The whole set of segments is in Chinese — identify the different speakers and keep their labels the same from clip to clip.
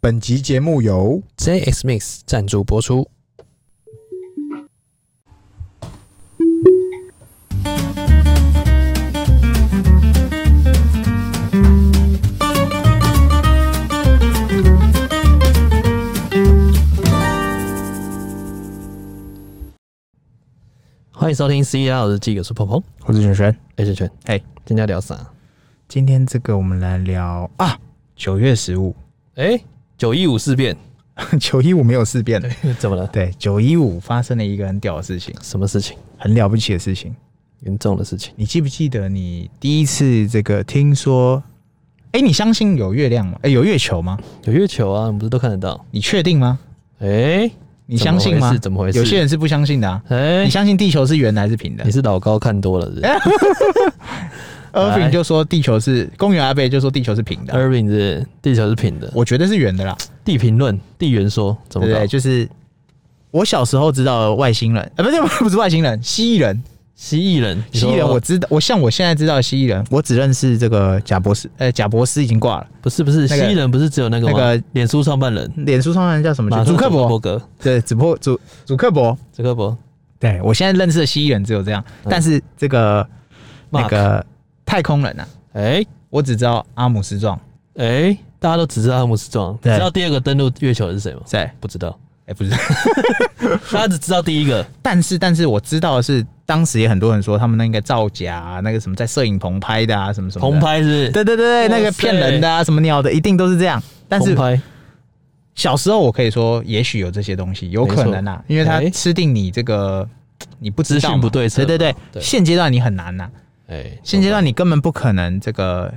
Speaker 1: 本集节目由
Speaker 2: JX Mix 赞助播出。欢迎收听 CL 的记者是鹏鹏，
Speaker 1: 我是璇璇。
Speaker 2: 哎，圈圈，
Speaker 1: 嘿，
Speaker 2: 今天要聊啥？
Speaker 1: 今天这个我们来聊啊，九月十五，
Speaker 2: 哎、九一五事变
Speaker 1: 九一五没有事变，
Speaker 2: 怎么了？
Speaker 1: 对，九一五发生了一个很屌的事情，
Speaker 2: 什么事情？
Speaker 1: 很了不起的事情。
Speaker 2: 严重的事情？
Speaker 1: 你记不记得你第一次这个听说？哎、你相信有月亮吗？哎、有月球吗？
Speaker 2: 有月球啊，我们不是都看得到？
Speaker 1: 你确定吗？
Speaker 2: 哎、
Speaker 1: 你相信吗？
Speaker 2: 怎么回事？
Speaker 1: 有些人是不相信的啊。
Speaker 2: 哎、
Speaker 1: 你相信地球是圆的还是平的
Speaker 2: 你？是老高看多了是不是
Speaker 1: 哎阿
Speaker 2: 来
Speaker 1: 炳就说地球是，公园阿贝就说地球是平的啊。
Speaker 2: ，Irving 是地球是平的，
Speaker 1: 我觉得是圆的啦，
Speaker 2: 地平论、地缘说怎
Speaker 1: 对
Speaker 2: 么
Speaker 1: 不
Speaker 2: 搞
Speaker 1: 对？？就是我小时候知道的外星人，啊、不是不是外星人，蜥蜴人，
Speaker 2: 蜥蜴人，你
Speaker 1: 蜥
Speaker 2: 说
Speaker 1: 蜴人我知道，我像我现在知道的蜥蜴人，我只认识这个贾博士，呃，贾博士已经挂了，
Speaker 2: 不是不是蜥
Speaker 1: 那个
Speaker 2: 蜴人，不是只有那个吗
Speaker 1: 那个
Speaker 2: 脸书创办人
Speaker 1: 脸书上人叫什么
Speaker 2: 马？
Speaker 1: 祖
Speaker 2: 斯
Speaker 1: 克伯，
Speaker 2: 格，
Speaker 1: 对，祖克祖祖克伯，
Speaker 2: 祖克伯，
Speaker 1: 对我现在认识的蜥蜴人只有这样，
Speaker 2: 嗯
Speaker 1: 但是这个
Speaker 2: Mark
Speaker 1: 那个太空人啊，
Speaker 2: 哎
Speaker 1: 我只知道阿姆斯壮，
Speaker 2: 哎，大家都只知道阿姆斯壮，你
Speaker 1: 对
Speaker 2: 知道第二个登陆月球的是谁吗？
Speaker 1: 谁？
Speaker 2: 不知道，
Speaker 1: 哎，不是，
Speaker 2: 大家只知道第一个，
Speaker 1: 但是但是我知道的是，当时也很多人说他们那个造假、啊，那个什么在摄影棚拍的啊，什么什么的
Speaker 2: 红，拍是不
Speaker 1: 对对对对，
Speaker 2: 哇塞
Speaker 1: 那个骗人的啊，什么鸟的，一定都是这样。但
Speaker 2: 是？红
Speaker 1: 是
Speaker 2: 拍
Speaker 1: 小时候我可以说，也许有这些东西，有可能啊，因为他
Speaker 2: 哎
Speaker 1: 吃定你这个你不知
Speaker 2: 资
Speaker 1: 道
Speaker 2: 讯
Speaker 1: 嘛
Speaker 2: 不对称
Speaker 1: 对对
Speaker 2: 嘛
Speaker 1: 对，
Speaker 2: 对
Speaker 1: 现阶段你很难呐、
Speaker 2: 哎，
Speaker 1: 现阶段你根本不可能这个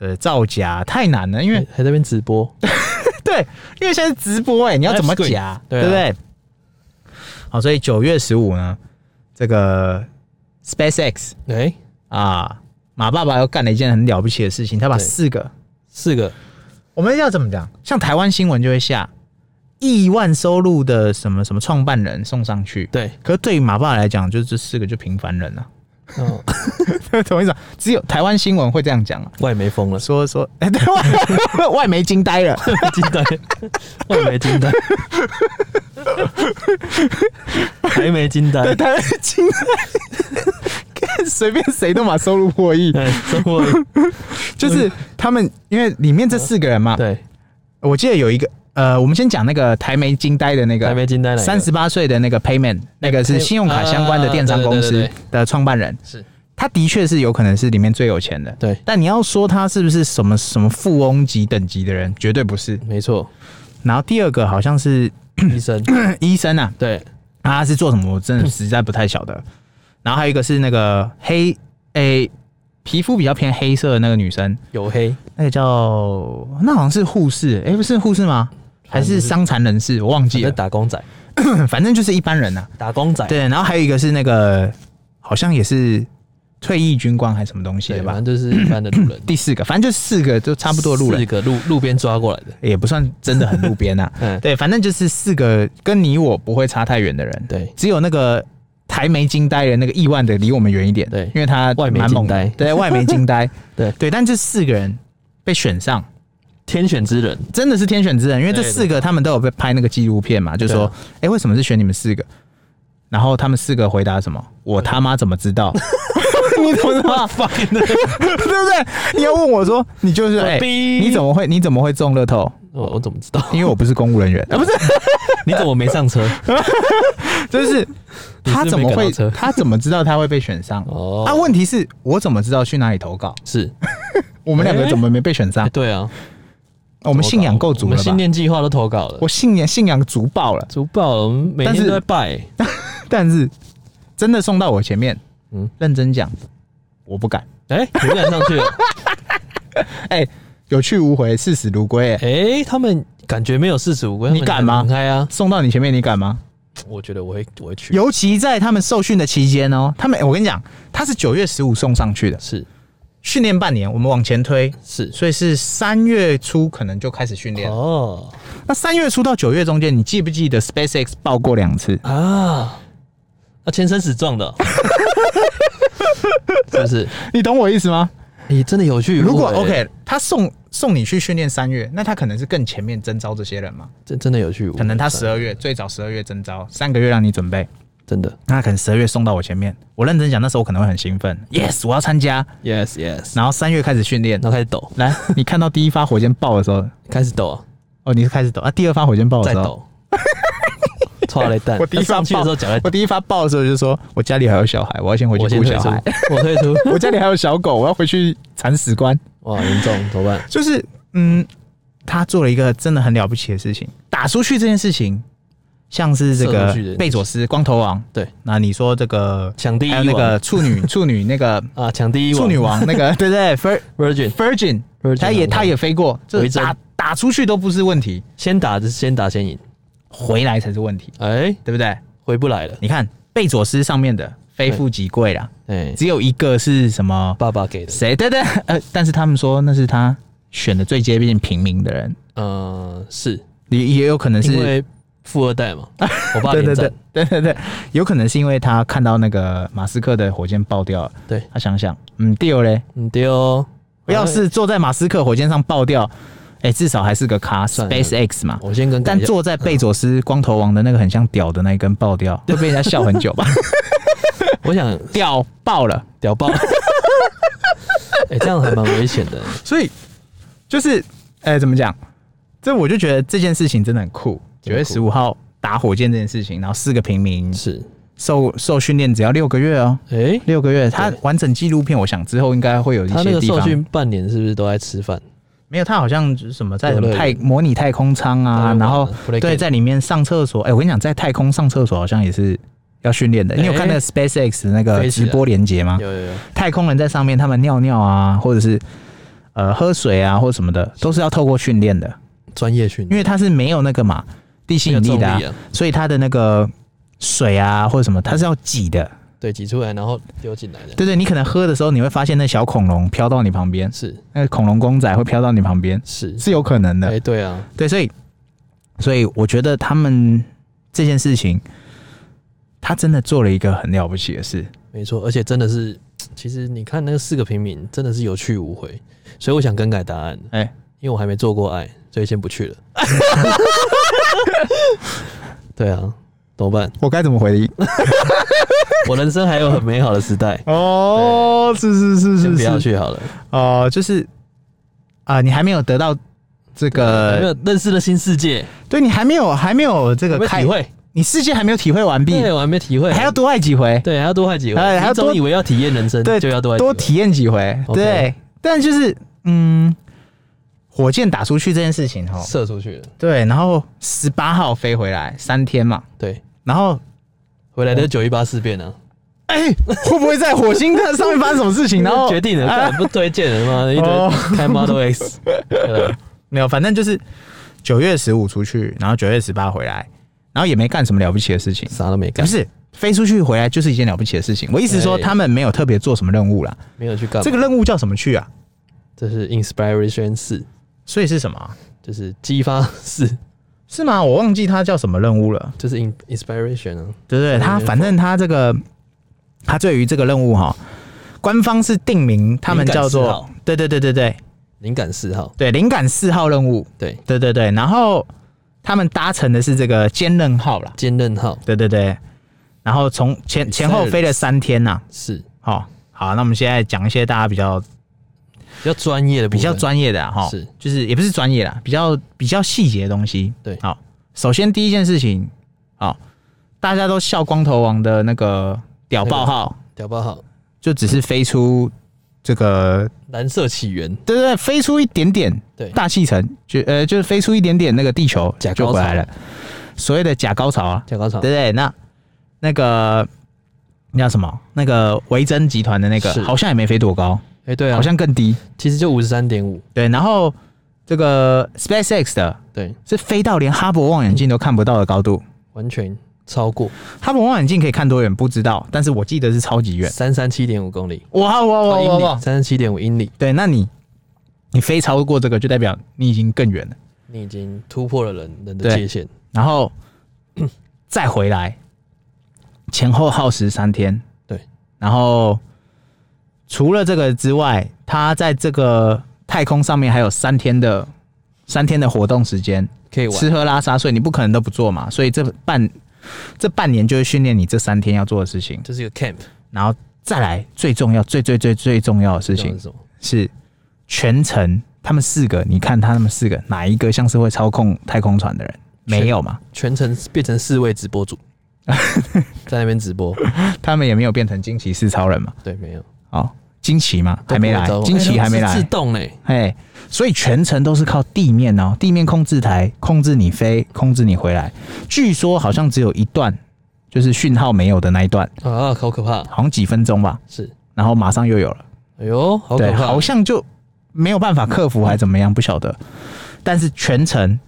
Speaker 1: 呃造假太难了，因为
Speaker 2: 哎还还在那边直播，
Speaker 1: 对，因为现在直播哎、你要怎么
Speaker 2: Live screen，
Speaker 1: 假，
Speaker 2: 对啊
Speaker 1: 不对？好，所以九月十五呢，这个 SpaceX
Speaker 2: 哎，
Speaker 1: 啊，马爸爸又干了一件很了不起的事情，他把
Speaker 2: 对
Speaker 1: 四个
Speaker 2: 四个
Speaker 1: 我们要怎么讲？像台湾新闻就会下亿万收入的什么什么创办人送上去，
Speaker 2: 对，
Speaker 1: 可是对于马爸来讲，就是这四个就平凡人了、
Speaker 2: 嗯，
Speaker 1: 啊， 同意思啊？只有台湾新闻会这样讲啊，
Speaker 2: 外媒疯了，
Speaker 1: 说说， 哎、对外外媒惊呆 了，
Speaker 2: 惊呆，外媒惊呆，还没惊呆
Speaker 1: 对，，台湾惊呆， 看随便谁都把收入破亿，
Speaker 2: 哎，中国
Speaker 1: 就是他们，因为里面这四个人嘛，
Speaker 2: 对，
Speaker 1: 我记得有一个，呃，我们先讲那个台媒惊呆的那个，
Speaker 2: 还没惊呆呢，
Speaker 1: 三十八岁的那个 Payment，那个是信用卡相关的电商公
Speaker 2: 哎啊对对
Speaker 1: 司
Speaker 2: 对对
Speaker 1: 的创办人，
Speaker 2: 是
Speaker 1: 他的确是有可能是里面最有钱的。
Speaker 2: 对，
Speaker 1: 但你要说他是不是什么什么富翁级等级的人，绝对不是。
Speaker 2: 没错，
Speaker 1: 然后第二个好像是
Speaker 2: 医生，
Speaker 1: 医生啊，
Speaker 2: 对，
Speaker 1: 啊他是做什么我真的实在不太晓得。然后还有一个是那个黑诶、皮肤比较偏黑色的那个女生，
Speaker 2: 黝黑，
Speaker 1: 那个叫那好像是护士，诶、不是护士吗？还是伤残人士？我忘记
Speaker 2: 也是
Speaker 1: 了，
Speaker 2: 打工仔，
Speaker 1: 反正就是一般人啊。
Speaker 2: 打工仔，
Speaker 1: 对，然后还有一个是那个好像也是退役军官还是什么东西
Speaker 2: 对
Speaker 1: 的
Speaker 2: 吧？
Speaker 1: 吧？，
Speaker 2: 反正就是一般的 路人
Speaker 1: 第四个，反正就四个，就差不多路
Speaker 2: 四
Speaker 1: 人，
Speaker 2: 个路路边抓过来的，。
Speaker 1: 也不算真的很路边啊
Speaker 2: 嗯，
Speaker 1: 对，反正就是四个跟你我不会差太远的人，
Speaker 2: 对，
Speaker 1: 只有那个台媒惊呆人那个亿万的离我们远一点，
Speaker 2: 对
Speaker 1: 因为他
Speaker 2: 外媒
Speaker 1: 蛮猛
Speaker 2: 惊呆，
Speaker 1: 的对，外媒惊呆
Speaker 2: 对
Speaker 1: 对，但这四个人被选上，
Speaker 2: 天选之人，
Speaker 1: 真的是天选之人，因为这
Speaker 2: 对啊
Speaker 1: 四个他们都有被拍那个纪录片嘛，就说，哎、为什么是选你们四个？然后他们四个回答什
Speaker 2: 嗯
Speaker 1: 么？我他妈怎么知 道？你怎么知道？对不对？你要问我说，你就是
Speaker 2: 我
Speaker 1: 哎、
Speaker 2: 逼
Speaker 1: 你怎么会你怎么会中乐透？
Speaker 2: 哦我我怎么知道？
Speaker 1: 因为我不是公务人 员，啊、不是，
Speaker 2: 你怎么没上车？
Speaker 1: 就是
Speaker 2: 你
Speaker 1: 他
Speaker 2: 是
Speaker 1: 怎么
Speaker 2: 没赶
Speaker 1: 会
Speaker 2: 到车
Speaker 1: 他怎么知道他会被选上？
Speaker 2: 哦
Speaker 1: 啊，问题是我怎么知道去哪里投稿？
Speaker 2: 是，
Speaker 1: 我们两个
Speaker 2: 哎
Speaker 1: 怎么没被选上？
Speaker 2: 哎对啊，
Speaker 1: 我们信仰够
Speaker 2: 我
Speaker 1: 足
Speaker 2: 们
Speaker 1: 了吧
Speaker 2: 信？念计划都投稿了
Speaker 1: 我。信仰信仰足爆了，
Speaker 2: 足爆了，我们每
Speaker 1: 但
Speaker 2: 天
Speaker 1: 是
Speaker 2: 都在 拜。
Speaker 1: 但是真的送到我前面，
Speaker 2: 嗯
Speaker 1: 嗯，认真讲，我不敢。
Speaker 2: 哎、你不敢上去了？
Speaker 1: 哎、有去无回，视死如归、哎，
Speaker 2: 哎、他们感觉没有四十五关，
Speaker 1: 你敢吗
Speaker 2: 很开啊！
Speaker 1: 送到你前面，你敢吗？
Speaker 2: 我觉得我会，我会去。
Speaker 1: 尤其在他们受训的期间哦，他们我跟你讲，他是九月十五送上去的，
Speaker 2: 是
Speaker 1: 训练半年，我们往前推，
Speaker 2: 是
Speaker 1: 所以是三月初可能就开始训练。
Speaker 2: 哦
Speaker 1: 那三月初到九月中间，你记不记得 SpaceX 报过两次？
Speaker 2: 啊，啊，前生死状的 哦、是不是？
Speaker 1: 你懂我意思吗？
Speaker 2: 你、真的有去、
Speaker 1: 如果
Speaker 2: 欸
Speaker 1: OK，他送送你去训练三月，那他可能是更前面征招这些人嘛，
Speaker 2: 真真的有去，
Speaker 1: 可能他十二月最早十二月征招，三个月让你准备，
Speaker 2: 真的
Speaker 1: 那他可能十二月送到我前面，我认真讲，那时候我可能会很兴奋，yes，我要参加，
Speaker 2: yes yes，
Speaker 1: 然后三月开始训练
Speaker 2: 然，后开始抖，
Speaker 1: 来，你看到第一发火箭爆的时候，
Speaker 2: 开始抖啊，
Speaker 1: 哦，你是开始抖啊，第二发火箭爆的
Speaker 2: 再
Speaker 1: 时候，
Speaker 2: 抖，超雷蛋，
Speaker 1: 我第一发
Speaker 2: 上去的
Speaker 1: 爆
Speaker 2: 时候脚在抖，
Speaker 1: 我第一发爆的时候就说，我家里还有小孩，我要先回
Speaker 2: 我
Speaker 1: 去
Speaker 2: 先
Speaker 1: 顾
Speaker 2: 退
Speaker 1: 小
Speaker 2: 出
Speaker 1: 孩，，
Speaker 2: 我退出，
Speaker 1: 我家里还有小狗，我要回去铲屎官，
Speaker 2: 哇，严重怎么办？
Speaker 1: 就是嗯，他做了一个真的很了不起的事情，打出去这件事情，像是这
Speaker 2: 射
Speaker 1: 个
Speaker 2: 出去的
Speaker 1: 贝佐斯光头王，
Speaker 2: 对，
Speaker 1: 那你说这个
Speaker 2: 抢第一
Speaker 1: 还有那
Speaker 2: 王
Speaker 1: 个处 女处女那个
Speaker 2: 啊，抢第一
Speaker 1: 处女王那个 对对对
Speaker 2: Virgin
Speaker 1: Virgin
Speaker 2: Virgin
Speaker 1: 他也
Speaker 2: 航空
Speaker 1: 他也飞过，这
Speaker 2: 回针
Speaker 1: 打打出去都不是问题，
Speaker 2: 先打就是先打先赢，
Speaker 1: 回来才是问题，
Speaker 2: 哎，
Speaker 1: 对不对？
Speaker 2: 回不来了，
Speaker 1: 你看贝佐斯上面的非富即贵啦，
Speaker 2: 哎，
Speaker 1: 只有一个是什么？
Speaker 2: 爸爸给的，
Speaker 1: 谁？对对， 呃，但是他们说那是他选的最接近平民的人，
Speaker 2: 嗯，是
Speaker 1: 也也有可能
Speaker 2: 因
Speaker 1: 是
Speaker 2: 为富二 代嘛，我爸
Speaker 1: 对对
Speaker 2: 连战
Speaker 1: 对，对对对，有可能是因为他看到那个马斯克的火箭爆掉了，
Speaker 2: 对
Speaker 1: 他想想，嗯，丢嘞，
Speaker 2: 嗯对哦，
Speaker 1: 要是坐在马斯克火箭上爆掉，哎、至少还是个咖
Speaker 2: 算了
Speaker 1: SpaceX 嘛。
Speaker 2: 我先跟
Speaker 1: 但坐在贝佐斯光头王的那个很像屌的那一根爆 掉，会被人家笑很久 吧？
Speaker 2: 我想
Speaker 1: 屌爆了，
Speaker 2: 屌 爆，哎，这样还蛮危险的，
Speaker 1: 所以就是，哎、怎么讲？这我就觉得这件事情真的很酷。九
Speaker 2: 真的
Speaker 1: 月
Speaker 2: 酷
Speaker 1: 十五号打火箭这件事情，然后四个平民
Speaker 2: 是，
Speaker 1: 受受训练只要六个月哦，
Speaker 2: 哎，
Speaker 1: 六个月。他
Speaker 2: 对
Speaker 1: 完整纪录片，我想之后应该会有一
Speaker 2: 他那
Speaker 1: 些
Speaker 2: 个
Speaker 1: 地
Speaker 2: 受
Speaker 1: 方。
Speaker 2: 训半年是不是都在吃饭？
Speaker 1: 没有，他好像就是什么在什
Speaker 2: 游
Speaker 1: 么
Speaker 2: 乐
Speaker 1: 太
Speaker 2: 园
Speaker 1: 模拟太空舱
Speaker 2: 在
Speaker 1: 啊
Speaker 2: 玩，
Speaker 1: 然后
Speaker 2: play
Speaker 1: 对
Speaker 2: game
Speaker 1: 在里面上厕所。哎、我跟你讲，在太空上厕所好像也是要训练的。你有看那个 SpaceX 的那个
Speaker 2: 飞起
Speaker 1: 直
Speaker 2: 来
Speaker 1: 播连接吗？
Speaker 2: 有有有，
Speaker 1: 太空人在上面，他们尿尿啊，或者是呃喝水啊，或什么的，都是要透过训练的，
Speaker 2: 专业训
Speaker 1: 因
Speaker 2: 练，
Speaker 1: 为它是没有那个嘛地心引力的、
Speaker 2: 没有
Speaker 1: 啊
Speaker 2: 重力啊
Speaker 1: 所以它的那个水啊或者什么，它是要挤的。
Speaker 2: 对，挤出来然后丢进来的，
Speaker 1: 对对，你可能喝的时候，你会发现那小恐龙飘到你旁边，
Speaker 2: 是
Speaker 1: 那个恐龙公仔会飘到你旁边，
Speaker 2: 是，
Speaker 1: 是有可能的。
Speaker 2: 哎，对啊，
Speaker 1: 对，所以所以我觉得他们这件事情，他真的做了一个很了不起的事。
Speaker 2: 没错，而且真的是，其实你看那四个平民真的是有去无回，所以我想更改答案，
Speaker 1: 哎、
Speaker 2: 因为我还没做过爱，所以先 不去了。对啊，怎么办？
Speaker 1: 我该怎么回应？
Speaker 2: 我人生还有很美好的时代，
Speaker 1: 哦，是是是
Speaker 2: 先
Speaker 1: 是
Speaker 2: 不要
Speaker 1: 是，
Speaker 2: 去好了。
Speaker 1: 哦、就是啊、你还没有得到这
Speaker 2: 还没
Speaker 1: 个，
Speaker 2: 有认识了新世界，
Speaker 1: 对你还没有还没有这
Speaker 2: 还
Speaker 1: 个
Speaker 2: 没有
Speaker 1: 开
Speaker 2: 体，会，
Speaker 1: 你世界还没有体会完毕，
Speaker 2: 对我还没体会，
Speaker 1: 还要多爱几回，
Speaker 2: 对，还要多爱几回，
Speaker 1: 哎还要
Speaker 2: 你总
Speaker 1: 多
Speaker 2: 以为要体验人生，
Speaker 1: 对，
Speaker 2: 就要多爱
Speaker 1: 多
Speaker 2: 几
Speaker 1: 体验几回，
Speaker 2: OK
Speaker 1: 对。但就是嗯，火箭打出去这件事情
Speaker 2: 回
Speaker 1: 哦，
Speaker 2: 射出去了，
Speaker 1: 对，然后十八号飞回来三天嘛，
Speaker 2: 对，
Speaker 1: 然后
Speaker 2: 回来的九一八事变啊，
Speaker 1: 哎、会不会在火星的上面发生什么事情？ 然后
Speaker 2: 决定了，
Speaker 1: 哎
Speaker 2: 干不推荐了吗？一
Speaker 1: 哦
Speaker 2: 堆开 Model X，对啊
Speaker 1: 没有，反正就是九月十五出去，然后九月十八回来，然后也没干什么了不起的事情，
Speaker 2: 啥都没干
Speaker 1: 不，是飞出去回来就是一件了不起的事情。我意思是说，
Speaker 2: 哎
Speaker 1: 他们没有特别做什么任务啦。
Speaker 2: 没有去干嘛，
Speaker 1: 这个任务叫什么去啊？
Speaker 2: 这是 Inspiration 四，
Speaker 1: 所以是什么啊？
Speaker 2: 就是激发四，
Speaker 1: 是吗？我忘记它叫什么任务了，
Speaker 2: 就是 in Inspiration 啊，
Speaker 1: 对不对？它反正它这个，它对于这个任务哈，官方是定名，他们
Speaker 2: 灵感
Speaker 1: 叫
Speaker 2: 四
Speaker 1: 做
Speaker 2: 号
Speaker 1: 对对对对对
Speaker 2: 灵感四号，
Speaker 1: 对灵感四号任务，
Speaker 2: 对，
Speaker 1: 对对对，然后他们搭乘的是这个坚韧号啦，
Speaker 2: 坚韧号
Speaker 1: 对对对，然后从前前后飞了三天呐、
Speaker 2: 是
Speaker 1: 好、好，那我们现在讲一些大家比较
Speaker 2: 比较专业的部
Speaker 1: 比
Speaker 2: 分，
Speaker 1: 较专业的啊哈、
Speaker 2: 是
Speaker 1: 就是也不是专业啦，比较比较细节的东西。
Speaker 2: 对
Speaker 1: 好，首先第一件事情，好、大家都笑光头王的那个屌爆号，
Speaker 2: 屌爆号，
Speaker 1: 就只是飞出这个，
Speaker 2: 蓝色起源
Speaker 1: 对对对，飞出一点点，
Speaker 2: 对
Speaker 1: 大气层，就呃就是飞出一点点那个地球
Speaker 2: 假高
Speaker 1: 就回来
Speaker 2: 潮
Speaker 1: 了，所谓的假高潮啊，
Speaker 2: 假高潮，
Speaker 1: 对不对？那那个那叫什么？那个维珍集团的那个
Speaker 2: 是
Speaker 1: 好像也没飞多高，
Speaker 2: 哎对啊，
Speaker 1: 好像更低。
Speaker 2: 其实就五十三点五，
Speaker 1: 对，然后这个 SpaceX 的
Speaker 2: 对，
Speaker 1: 是飞到连哈勃望远镜都看不到的高度。
Speaker 2: 完全超过
Speaker 1: 哈勃望远镜可以看多远不知道，但是我记得是超级远。
Speaker 2: 三三七点五公里，
Speaker 1: 哇哇哇哇哇！
Speaker 2: 三十七点五哦英里，
Speaker 1: 对，那你你飞超过这个，就代表你已经更远了。
Speaker 2: 你已经突破了人人
Speaker 1: 对
Speaker 2: 的界限，
Speaker 1: 然后再回来，前后耗时三天。
Speaker 2: 对，
Speaker 1: 然后除了这个之外，他在这个太空上面还有三天的三天的活动时间，
Speaker 2: 可以玩。
Speaker 1: 吃喝拉撒睡你不可能都不做嘛，所以这半这半年就会训练你这三天要做的事情，
Speaker 2: 这是一个 camp
Speaker 1: 然后再来最重要、最最最最重要的事
Speaker 2: 这样
Speaker 1: 情
Speaker 2: 是什么？
Speaker 1: 是全程他们四个，你看他们四个哪一个像是会操控太空船的人？没有嘛，
Speaker 2: 全程变成四位直播 主，在那边直播。
Speaker 1: 他们也没有变成惊奇四超人嘛，
Speaker 2: 对，没有，
Speaker 1: 哦，惊奇嘛还没来
Speaker 2: 都不会招，
Speaker 1: 惊
Speaker 2: 呼
Speaker 1: 奇
Speaker 2: 哎
Speaker 1: 还没
Speaker 2: 是
Speaker 1: 来
Speaker 2: 自，动嘞，
Speaker 1: 哎，所以全程都是靠地面哦，地面控制台控制你飞，控制你回来。据说好像只有一段，就是讯号没有的那一段，
Speaker 2: 啊，好可怕！
Speaker 1: 好像几分钟吧，
Speaker 2: 是，
Speaker 1: 然后马上又有了，
Speaker 2: 哎呦，好可
Speaker 1: 对，
Speaker 2: 怕
Speaker 1: 好！像就没有办法克服还怎么样，不晓得。但是全程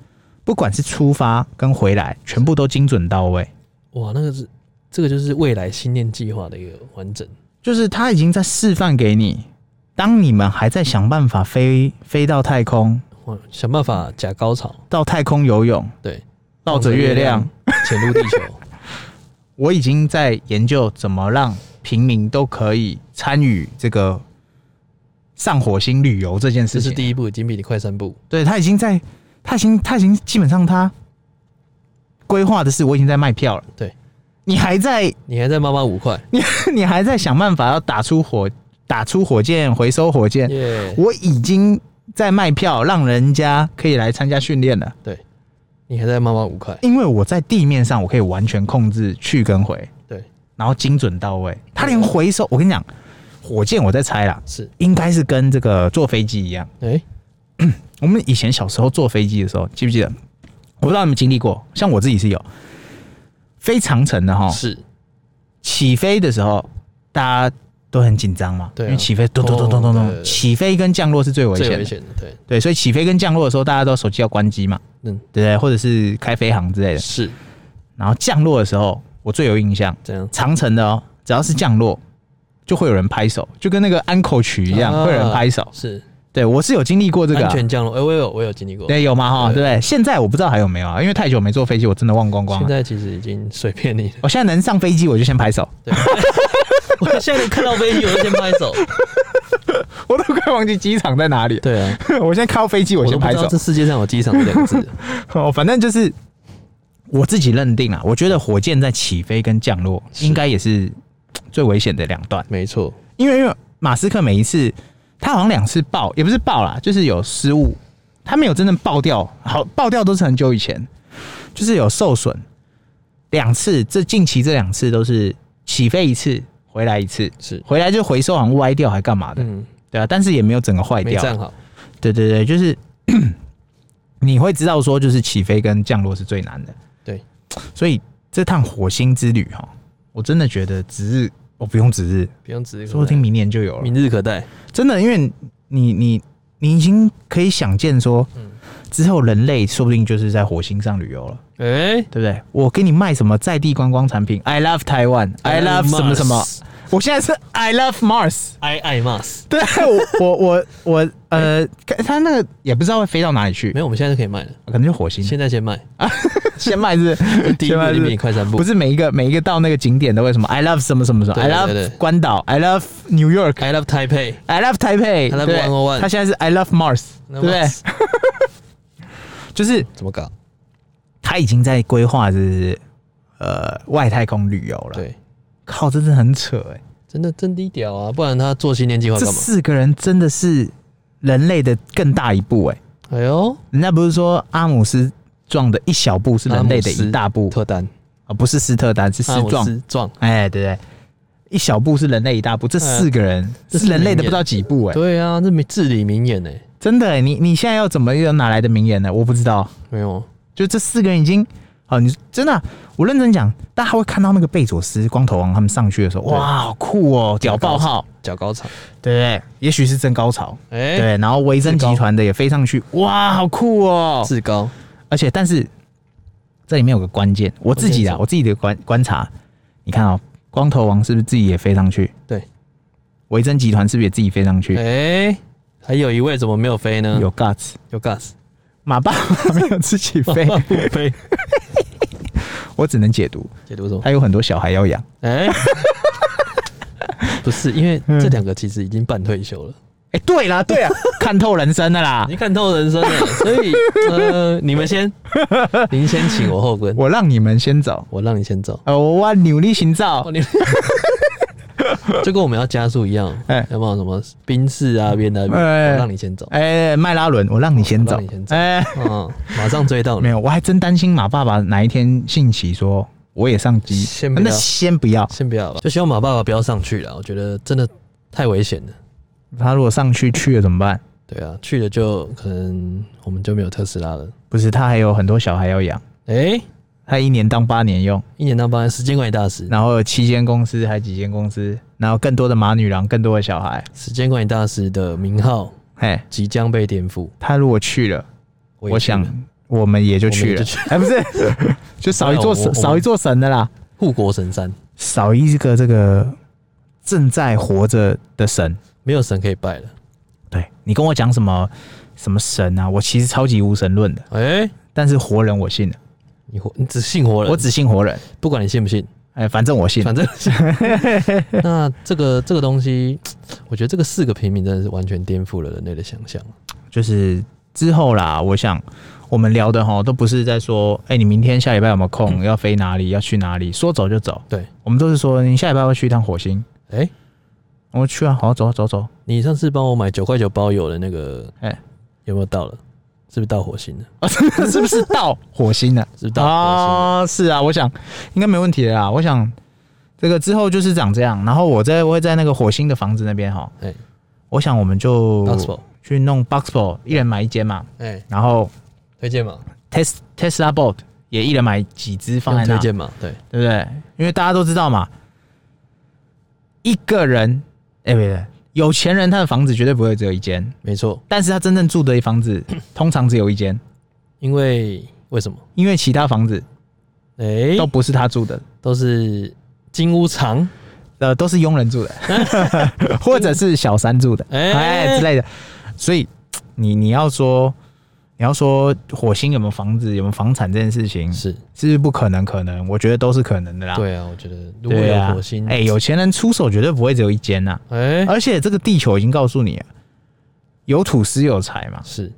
Speaker 1: 不管是出发跟回来，全部都精准到位，
Speaker 2: 哇，那个是这个就是未来新念计划的一个完整。
Speaker 1: 就是他已经在示范给你。当你们还在想办法飞飞到太空，
Speaker 2: 哇，想办法假高潮，
Speaker 1: 到太空游泳，
Speaker 2: 对，
Speaker 1: 绕着月亮，
Speaker 2: 潜入地 球，
Speaker 1: 我已经在研究怎么让平民都可以参与这个上火星旅游这件
Speaker 2: 这
Speaker 1: 事
Speaker 2: 是
Speaker 1: 情。
Speaker 2: 第一步，已经比你快三步。
Speaker 1: 对他已经在，他已经他已经基本上他规划的是我已经在卖票了。
Speaker 2: 对，
Speaker 1: 你还在
Speaker 2: 你还在妈妈五块，
Speaker 1: 你你还在想办法要打出火打出火箭回收火箭，
Speaker 2: 耶！
Speaker 1: 我已经在卖票，让人家可以来参加训练了。
Speaker 2: 对，你还在妈妈五块，
Speaker 1: 因为我在地面上，我可以完全控制去跟回，
Speaker 2: 对，
Speaker 1: 然后精准到位。他连回收，我跟你讲，火箭我在猜啦，
Speaker 2: 是，
Speaker 1: 应该是跟这个坐飞机一样。
Speaker 2: 哎、
Speaker 1: 我们以前小时候坐飞机的时候，记不记得？我不知道你们经历过，像我自己是有飞长城的哈。
Speaker 2: 是，
Speaker 1: 起飞的时候，大家都很紧张嘛，
Speaker 2: 对啊
Speaker 1: 因为起飞咚咚咚咚咚
Speaker 2: 哦对对
Speaker 1: 咚，
Speaker 2: 对
Speaker 1: 起飞跟降落是最危
Speaker 2: 最
Speaker 1: 险
Speaker 2: 危
Speaker 1: 的。
Speaker 2: 险的，对，
Speaker 1: 对，所以起飞跟降落的时候，大家都手机要关机嘛，
Speaker 2: 嗯，
Speaker 1: 对不对？或者是开飞行之类的。
Speaker 2: 是
Speaker 1: 然后降落的时候，我最有印象，
Speaker 2: 这样，
Speaker 1: 长城的哦，只要是降落，就会有人拍手，就跟那个安口曲一样，
Speaker 2: 啊
Speaker 1: 会有人拍手。
Speaker 2: 是
Speaker 1: 对我是有经历过这个、
Speaker 2: 安
Speaker 1: 啊，
Speaker 2: 全降落，哎、我有我有经历过，
Speaker 1: 对，有吗？哈，
Speaker 2: 对
Speaker 1: 对不对？现在我不知道还有没有啊，因为太久没坐飞机，我真的忘光光啊
Speaker 2: 现
Speaker 1: 了。
Speaker 2: 在其实已经随便你了，
Speaker 1: 我现在能上飞机，我就先拍手，
Speaker 2: 我现在看到飞机我就先拍手，
Speaker 1: 我都快忘记机场在哪里。
Speaker 2: 对啊，
Speaker 1: 我现在看到飞机，我
Speaker 2: 我
Speaker 1: 先
Speaker 2: 都不
Speaker 1: 拍
Speaker 2: 知
Speaker 1: 手
Speaker 2: 道这。世界上有机场这两个字，
Speaker 1: 哦，反正就是我自己认定啊，我觉得火箭在起飞跟降落
Speaker 2: 是
Speaker 1: 应该也是嘖最危险的两段，
Speaker 2: 没错，
Speaker 1: 因为因为马斯克每一次他好像两次爆，也不是爆啦，就是有失误，他没有真正爆掉，好爆掉都是很久以前，就是有受损两次，这近期这两次都是起飞一次，回来一次，
Speaker 2: 是，
Speaker 1: 回来就回收好像歪掉还干嘛的，
Speaker 2: 嗯，
Speaker 1: 对啊，但是也没有整个坏
Speaker 2: 没
Speaker 1: 掉，
Speaker 2: 站好，
Speaker 1: 对对对，就是你会知道说，就是起飞跟降落是最难的。
Speaker 2: 对，
Speaker 1: 所以这趟火星之旅哈，我真的觉得值日，我不用值日，
Speaker 2: 不用指，
Speaker 1: 说不定明年就有了。
Speaker 2: 明日可待，
Speaker 1: 真的，因为你你你已经可以想见说，
Speaker 2: 嗯
Speaker 1: 之后人类说不定就是在火星上旅游了，
Speaker 2: 哎、
Speaker 1: 对不对？我给你卖什么在地观光产品？I love Taiwan，I love 什么什么？我现在是 I love Mars。
Speaker 2: ，I I must，
Speaker 1: 对，我我我我呃，他那个也不知道会飞到哪里去
Speaker 2: 没，有，我们现在就可以卖了，
Speaker 1: 可能就火星。
Speaker 2: 现在先卖，
Speaker 1: 先卖是
Speaker 2: 第一 步
Speaker 1: 先卖
Speaker 2: 就比你
Speaker 1: 是，
Speaker 2: 快三步
Speaker 1: 不是每一个每一个到那个景点都会什么 I love 什么什么什么
Speaker 2: 对
Speaker 1: ，I
Speaker 2: 对对
Speaker 1: love 关岛，I love New York，I
Speaker 2: ，I love Taipei，
Speaker 1: love Taipei，
Speaker 2: I love
Speaker 1: 对
Speaker 2: 101
Speaker 1: 他现在是 I love Mars，对不对？就是
Speaker 2: 怎么搞？
Speaker 1: 他已经在规划就是呃外太空旅游了。，
Speaker 2: 对，
Speaker 1: 靠，这真的很扯哎、
Speaker 2: 真的真低调啊，不然他做新年计划
Speaker 1: 这
Speaker 2: 干嘛？
Speaker 1: 四个人真的是人类的更大一步哎、
Speaker 2: 哎呦，
Speaker 1: 人家不是说阿姆斯壮的一小步是人类的
Speaker 2: 阿姆斯
Speaker 1: 一大步
Speaker 2: 特丹，
Speaker 1: 啊、不是斯特丹是斯
Speaker 2: 阿姆
Speaker 1: 壮。
Speaker 2: 斯壮，
Speaker 1: 哎，对对，一小步是人类一大步，这四个人、
Speaker 2: 这
Speaker 1: 是
Speaker 2: 是
Speaker 1: 人类
Speaker 2: 名
Speaker 1: 的不
Speaker 2: 言
Speaker 1: 知道几步哎、
Speaker 2: 对啊，这名至理名言呢、
Speaker 1: 真的、哎，你你现在要怎么又哪来的名言呢？我不知道，
Speaker 2: 没有，
Speaker 1: 就这四个人已经，好，你真的啊、我认真讲，大家会看到那个贝佐斯、光头王他们上去的时候，
Speaker 2: 对
Speaker 1: 哇，好酷哦，屌爆号，
Speaker 2: 脚高潮，
Speaker 1: 对不对？也许是真高潮，
Speaker 2: 哎、
Speaker 1: 对，然后维珍集团的也飞上去，哇，好酷哦，
Speaker 2: 至高，
Speaker 1: 而且但是这里面有个关键，我自己
Speaker 2: 关键
Speaker 1: 啊，
Speaker 2: 是
Speaker 1: 我自己的观观察，你看哦，光头王是不是自己也飞上去？
Speaker 2: 对，
Speaker 1: 维珍集团是不是也自己飞上去？
Speaker 2: 哎、还有一位怎么没有飞呢？
Speaker 1: 有 guts，
Speaker 2: 有 gas，
Speaker 1: 马爸爸没有自己 飞，
Speaker 2: 不飞，
Speaker 1: 我只能解读，
Speaker 2: 解读什么？
Speaker 1: 他有很多小孩 要养。
Speaker 2: 哎、不是，因为这两个其实已经半退休了，
Speaker 1: 哎、对啦， 对啊，看透人生的啦
Speaker 2: 你，看透人生了，所以呃，你们先，您先请我后跟，
Speaker 1: 我让你们先走，
Speaker 2: 我让你先走。
Speaker 1: 呃，我努力寻找
Speaker 2: 哦，，你 就跟我们要加速一样，
Speaker 1: 哎
Speaker 2: 有没有什么宾士啊、边的，
Speaker 1: 哎
Speaker 2: 我让你先走，哦
Speaker 1: 哎、麦拉伦，我让你先
Speaker 2: 我
Speaker 1: 走
Speaker 2: 让你先，走
Speaker 1: 哎、
Speaker 2: 嗯，马上追到
Speaker 1: 没
Speaker 2: 你，
Speaker 1: 有，我还真担心马爸爸哪一天信息说我也上机，
Speaker 2: 先不要
Speaker 1: 那先不要，
Speaker 2: 先不要吧，就希望马爸爸不要上去了，我觉得真的太危险了。
Speaker 1: 他如果上去去了怎么办？
Speaker 2: 对啊，去了就可能我们就没有特斯拉了。
Speaker 1: 不是，他还有很多小孩要养，
Speaker 2: 哎、
Speaker 1: 他一年当八年用，
Speaker 2: 一年当班时间管理大师，
Speaker 1: 然后有七间公司还几间公司，然后更多的马女郎，更多的小孩，
Speaker 2: 时间管理大师的名号
Speaker 1: 嘿，
Speaker 2: 即将被颠覆。
Speaker 1: 他如果去了，
Speaker 2: 也
Speaker 1: 我想
Speaker 2: 去了
Speaker 1: 我们也就去
Speaker 2: 我们也
Speaker 1: 了
Speaker 2: 就去，
Speaker 1: 哎，不是， 就少一座
Speaker 2: 没有我
Speaker 1: 神，
Speaker 2: 我
Speaker 1: 少一座神的啦，
Speaker 2: 护国神山
Speaker 1: 少一个这个正在活着的神。
Speaker 2: 没有神可以拜了。
Speaker 1: 对你跟我讲什么什么神啊？我其实超级无神论的，
Speaker 2: 哎、
Speaker 1: 但是活人我信了，
Speaker 2: 你活，你只信活人，
Speaker 1: 我只信活人，
Speaker 2: 不管你信不信，
Speaker 1: 哎，反正我信。
Speaker 2: 反正 那这个这个东西，我觉得这个四个平民真的是完全颠覆了人类的想象。
Speaker 1: 就是之后啦，我想我们聊的哈，都不是在说，哎、你明天下礼拜有没有
Speaker 2: 嗯
Speaker 1: 空？要飞哪里？要去哪里？说走就走。
Speaker 2: 对，
Speaker 1: 我们都是说，你下礼拜会去一趟火星。
Speaker 2: 哎、
Speaker 1: 我说去啊，好，走啊走啊走 啊。
Speaker 2: 你上次帮我买九块九包邮的那个，哎、
Speaker 1: 哎
Speaker 2: 有没有到了？是不是到火星了？
Speaker 1: 啊，是不是到火星了？
Speaker 2: 是不是到火星了？
Speaker 1: 啊，是啊，我想应该没问题的啦。我想这个之后就是长这样，然后我在我会在那个火星的房子那边哈，
Speaker 2: 哎
Speaker 1: 我想我们就
Speaker 2: Boxpo
Speaker 1: 去弄 Boxpo，一人买一间嘛，
Speaker 2: 哎、
Speaker 1: 然后
Speaker 2: 推荐嘛，
Speaker 1: Tes Tesla Bot 也一人买几只放在
Speaker 2: 用
Speaker 1: 那，
Speaker 2: 推
Speaker 1: 对
Speaker 2: 荐嘛，对，
Speaker 1: 不对？因为大家都知道嘛，一个人，哎、不对，有钱人他的房子绝对不会只有一间，
Speaker 2: 没错，
Speaker 1: 但是他真正住的房子通常只有一间，
Speaker 2: 因为为什么？
Speaker 1: 因为其他房子
Speaker 2: 哎、
Speaker 1: 都
Speaker 2: 都
Speaker 1: 不是他住的。
Speaker 2: 都是金屋藏，
Speaker 1: 呃，都是佣人住的， 或者是小三住的，
Speaker 2: 哎
Speaker 1: 哎、之类的。所以你你要说你要说火星有没有房子有没有房产这件事情，
Speaker 2: 是
Speaker 1: 是不可能，可能我觉得都是可能的啦。
Speaker 2: 对啊，我觉得如果
Speaker 1: 对
Speaker 2: 有
Speaker 1: 啊
Speaker 2: 火星，，
Speaker 1: 哎、有钱人出手绝对不会只有一间呐、
Speaker 2: 哎、
Speaker 1: 而且这个地球已经告诉你了，有土司有财嘛，
Speaker 2: 是，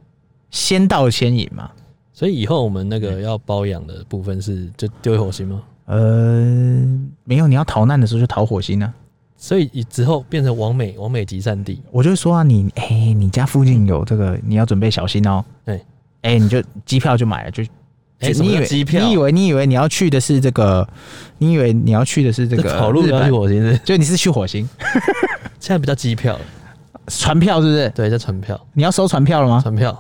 Speaker 1: 先到先赢嘛。
Speaker 2: 所以以后我们那个要包养的部分是就丢火星吗？
Speaker 1: 呃，没有，你要逃难的时候就逃火星啊。
Speaker 2: 所以以之后变成完美完美集散地，
Speaker 1: 我就说啊，你哎、你家附近有这个，你要准备小心哦。
Speaker 2: 对
Speaker 1: 哎、你就机票就买了，就
Speaker 2: 哎、什么
Speaker 1: 你以
Speaker 2: 叫
Speaker 1: 为
Speaker 2: 机票？
Speaker 1: 你以为你以为你要去的是这个，你以为你要去的是这
Speaker 2: 这
Speaker 1: 个
Speaker 2: 哦跑路
Speaker 1: 日
Speaker 2: 要去
Speaker 1: 本，
Speaker 2: 火星是？
Speaker 1: 就你是去火星，
Speaker 2: 现在不叫机票了，
Speaker 1: 船票是不是？
Speaker 2: 对，叫船票，
Speaker 1: 你要收船票了吗？
Speaker 2: 船票，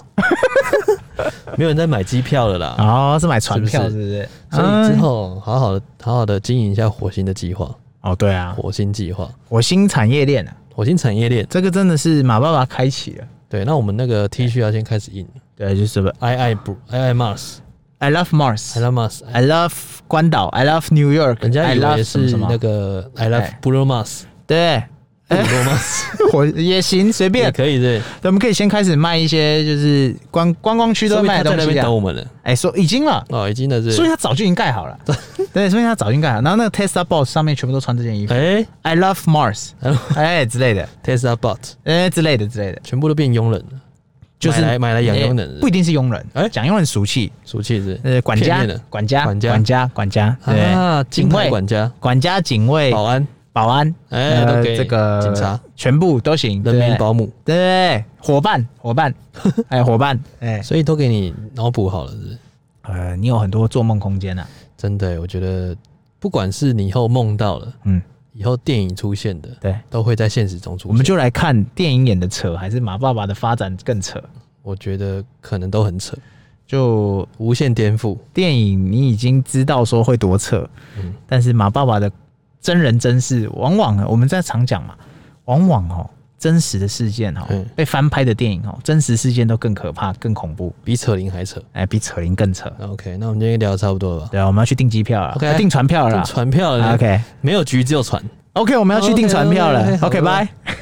Speaker 2: 没有人在买机票了啦。
Speaker 1: 哦，是买船票
Speaker 2: 是
Speaker 1: 是
Speaker 2: 不
Speaker 1: 不是？
Speaker 2: 所以之
Speaker 1: 嗯
Speaker 2: 后好好的好好的经营一下火星的计划，
Speaker 1: 哦，对啊，
Speaker 2: 火星计划，
Speaker 1: 火星产业链啊，
Speaker 2: 火星产业链。
Speaker 1: 这个真的是马爸爸开启了。
Speaker 2: 对，那我们那个 T 恤要先开始印
Speaker 1: 对，就是吧
Speaker 2: ，I I b I I
Speaker 1: I
Speaker 2: Mars，I
Speaker 1: love Mars,
Speaker 2: love Mars，
Speaker 1: I love 关岛，I love New York，
Speaker 2: 哎人家
Speaker 1: I
Speaker 2: 以
Speaker 1: love
Speaker 2: 为
Speaker 1: 什么
Speaker 2: 是
Speaker 1: 什
Speaker 2: 那
Speaker 1: 么，
Speaker 2: 个 I love
Speaker 1: 哎
Speaker 2: Bruno Mars，
Speaker 1: 对，
Speaker 2: 布鲁诺 Mars
Speaker 1: 我也行，随
Speaker 2: 也
Speaker 1: 便。
Speaker 2: 可以对，
Speaker 1: 对我们可以先开始卖一些就是观观光区
Speaker 2: 说
Speaker 1: 都
Speaker 2: 明
Speaker 1: 卖
Speaker 2: 他
Speaker 1: 的
Speaker 2: 在
Speaker 1: 东
Speaker 2: 那
Speaker 1: 西
Speaker 2: 边
Speaker 1: 啊
Speaker 2: 等。我们了。
Speaker 1: 哎、说已经了，
Speaker 2: 哦，已经的
Speaker 1: 所以
Speaker 2: 是，
Speaker 1: 他早就已经盖好了。对，所以他早就已经盖好。然后那个 Tesla b o s 上面全部都穿这件衣 服、
Speaker 2: 哎
Speaker 1: i love Mars，哎、 之类的，
Speaker 2: ，Tesla Bot
Speaker 1: 哎、之类的之类的，
Speaker 2: 全部都变佣人了，
Speaker 1: 就是
Speaker 2: 买来买来养佣
Speaker 1: 哎
Speaker 2: 人，
Speaker 1: 不一定是佣人，哎、
Speaker 2: 哎
Speaker 1: 讲佣人俗气，
Speaker 2: 俗气是，
Speaker 1: 呃，管
Speaker 2: 片
Speaker 1: 家
Speaker 2: 面的，
Speaker 1: 管家，
Speaker 2: 管家
Speaker 1: 管家，管家，对，
Speaker 2: 啊，金
Speaker 1: 警
Speaker 2: 牌
Speaker 1: 卫，
Speaker 2: 管家、
Speaker 1: 管家、警卫、
Speaker 2: 保安、
Speaker 1: 保安，呃
Speaker 2: 哎都可以
Speaker 1: 这个
Speaker 2: 警察，
Speaker 1: 全部都行，
Speaker 2: 人
Speaker 1: 对
Speaker 2: 民保姆，
Speaker 1: 对，伙伴，伙 伴，哎，伙伴，哎，
Speaker 2: 所以都给你脑补好了，是不是
Speaker 1: 呃，你有很多做梦空间呐、啊，
Speaker 2: 真的耶。我觉得，不管是你以后梦到了，
Speaker 1: 嗯，
Speaker 2: 以后电影出现的，
Speaker 1: 对，
Speaker 2: 都会在现实中出现。
Speaker 1: 我们就来看电影演的扯，还是马爸爸的发展更扯？
Speaker 2: 我觉得可能都很扯，
Speaker 1: 就
Speaker 2: 无限颠覆。
Speaker 1: 电影你已经知道说会多扯，
Speaker 2: 嗯
Speaker 1: 但是马爸爸的真人真事，往往呢我们在常讲嘛，往往哦真实的事件哦、
Speaker 2: 嗯
Speaker 1: 被翻拍的电影哦，真实事件都更可怕、更恐怖，
Speaker 2: 比扯铃还扯。
Speaker 1: 哎，比扯铃更扯。
Speaker 2: 那 OK，那我们今天聊的差不多了吧？
Speaker 1: 对啊，我们要去订机票了
Speaker 2: OK
Speaker 1: 呃订船票了啦
Speaker 2: 船票了
Speaker 1: 啊
Speaker 2: 呢
Speaker 1: ，OK。
Speaker 2: 没有局只有船。
Speaker 1: OK，我们要去订船票了。
Speaker 2: OK，OK，OK，
Speaker 1: OK，拜。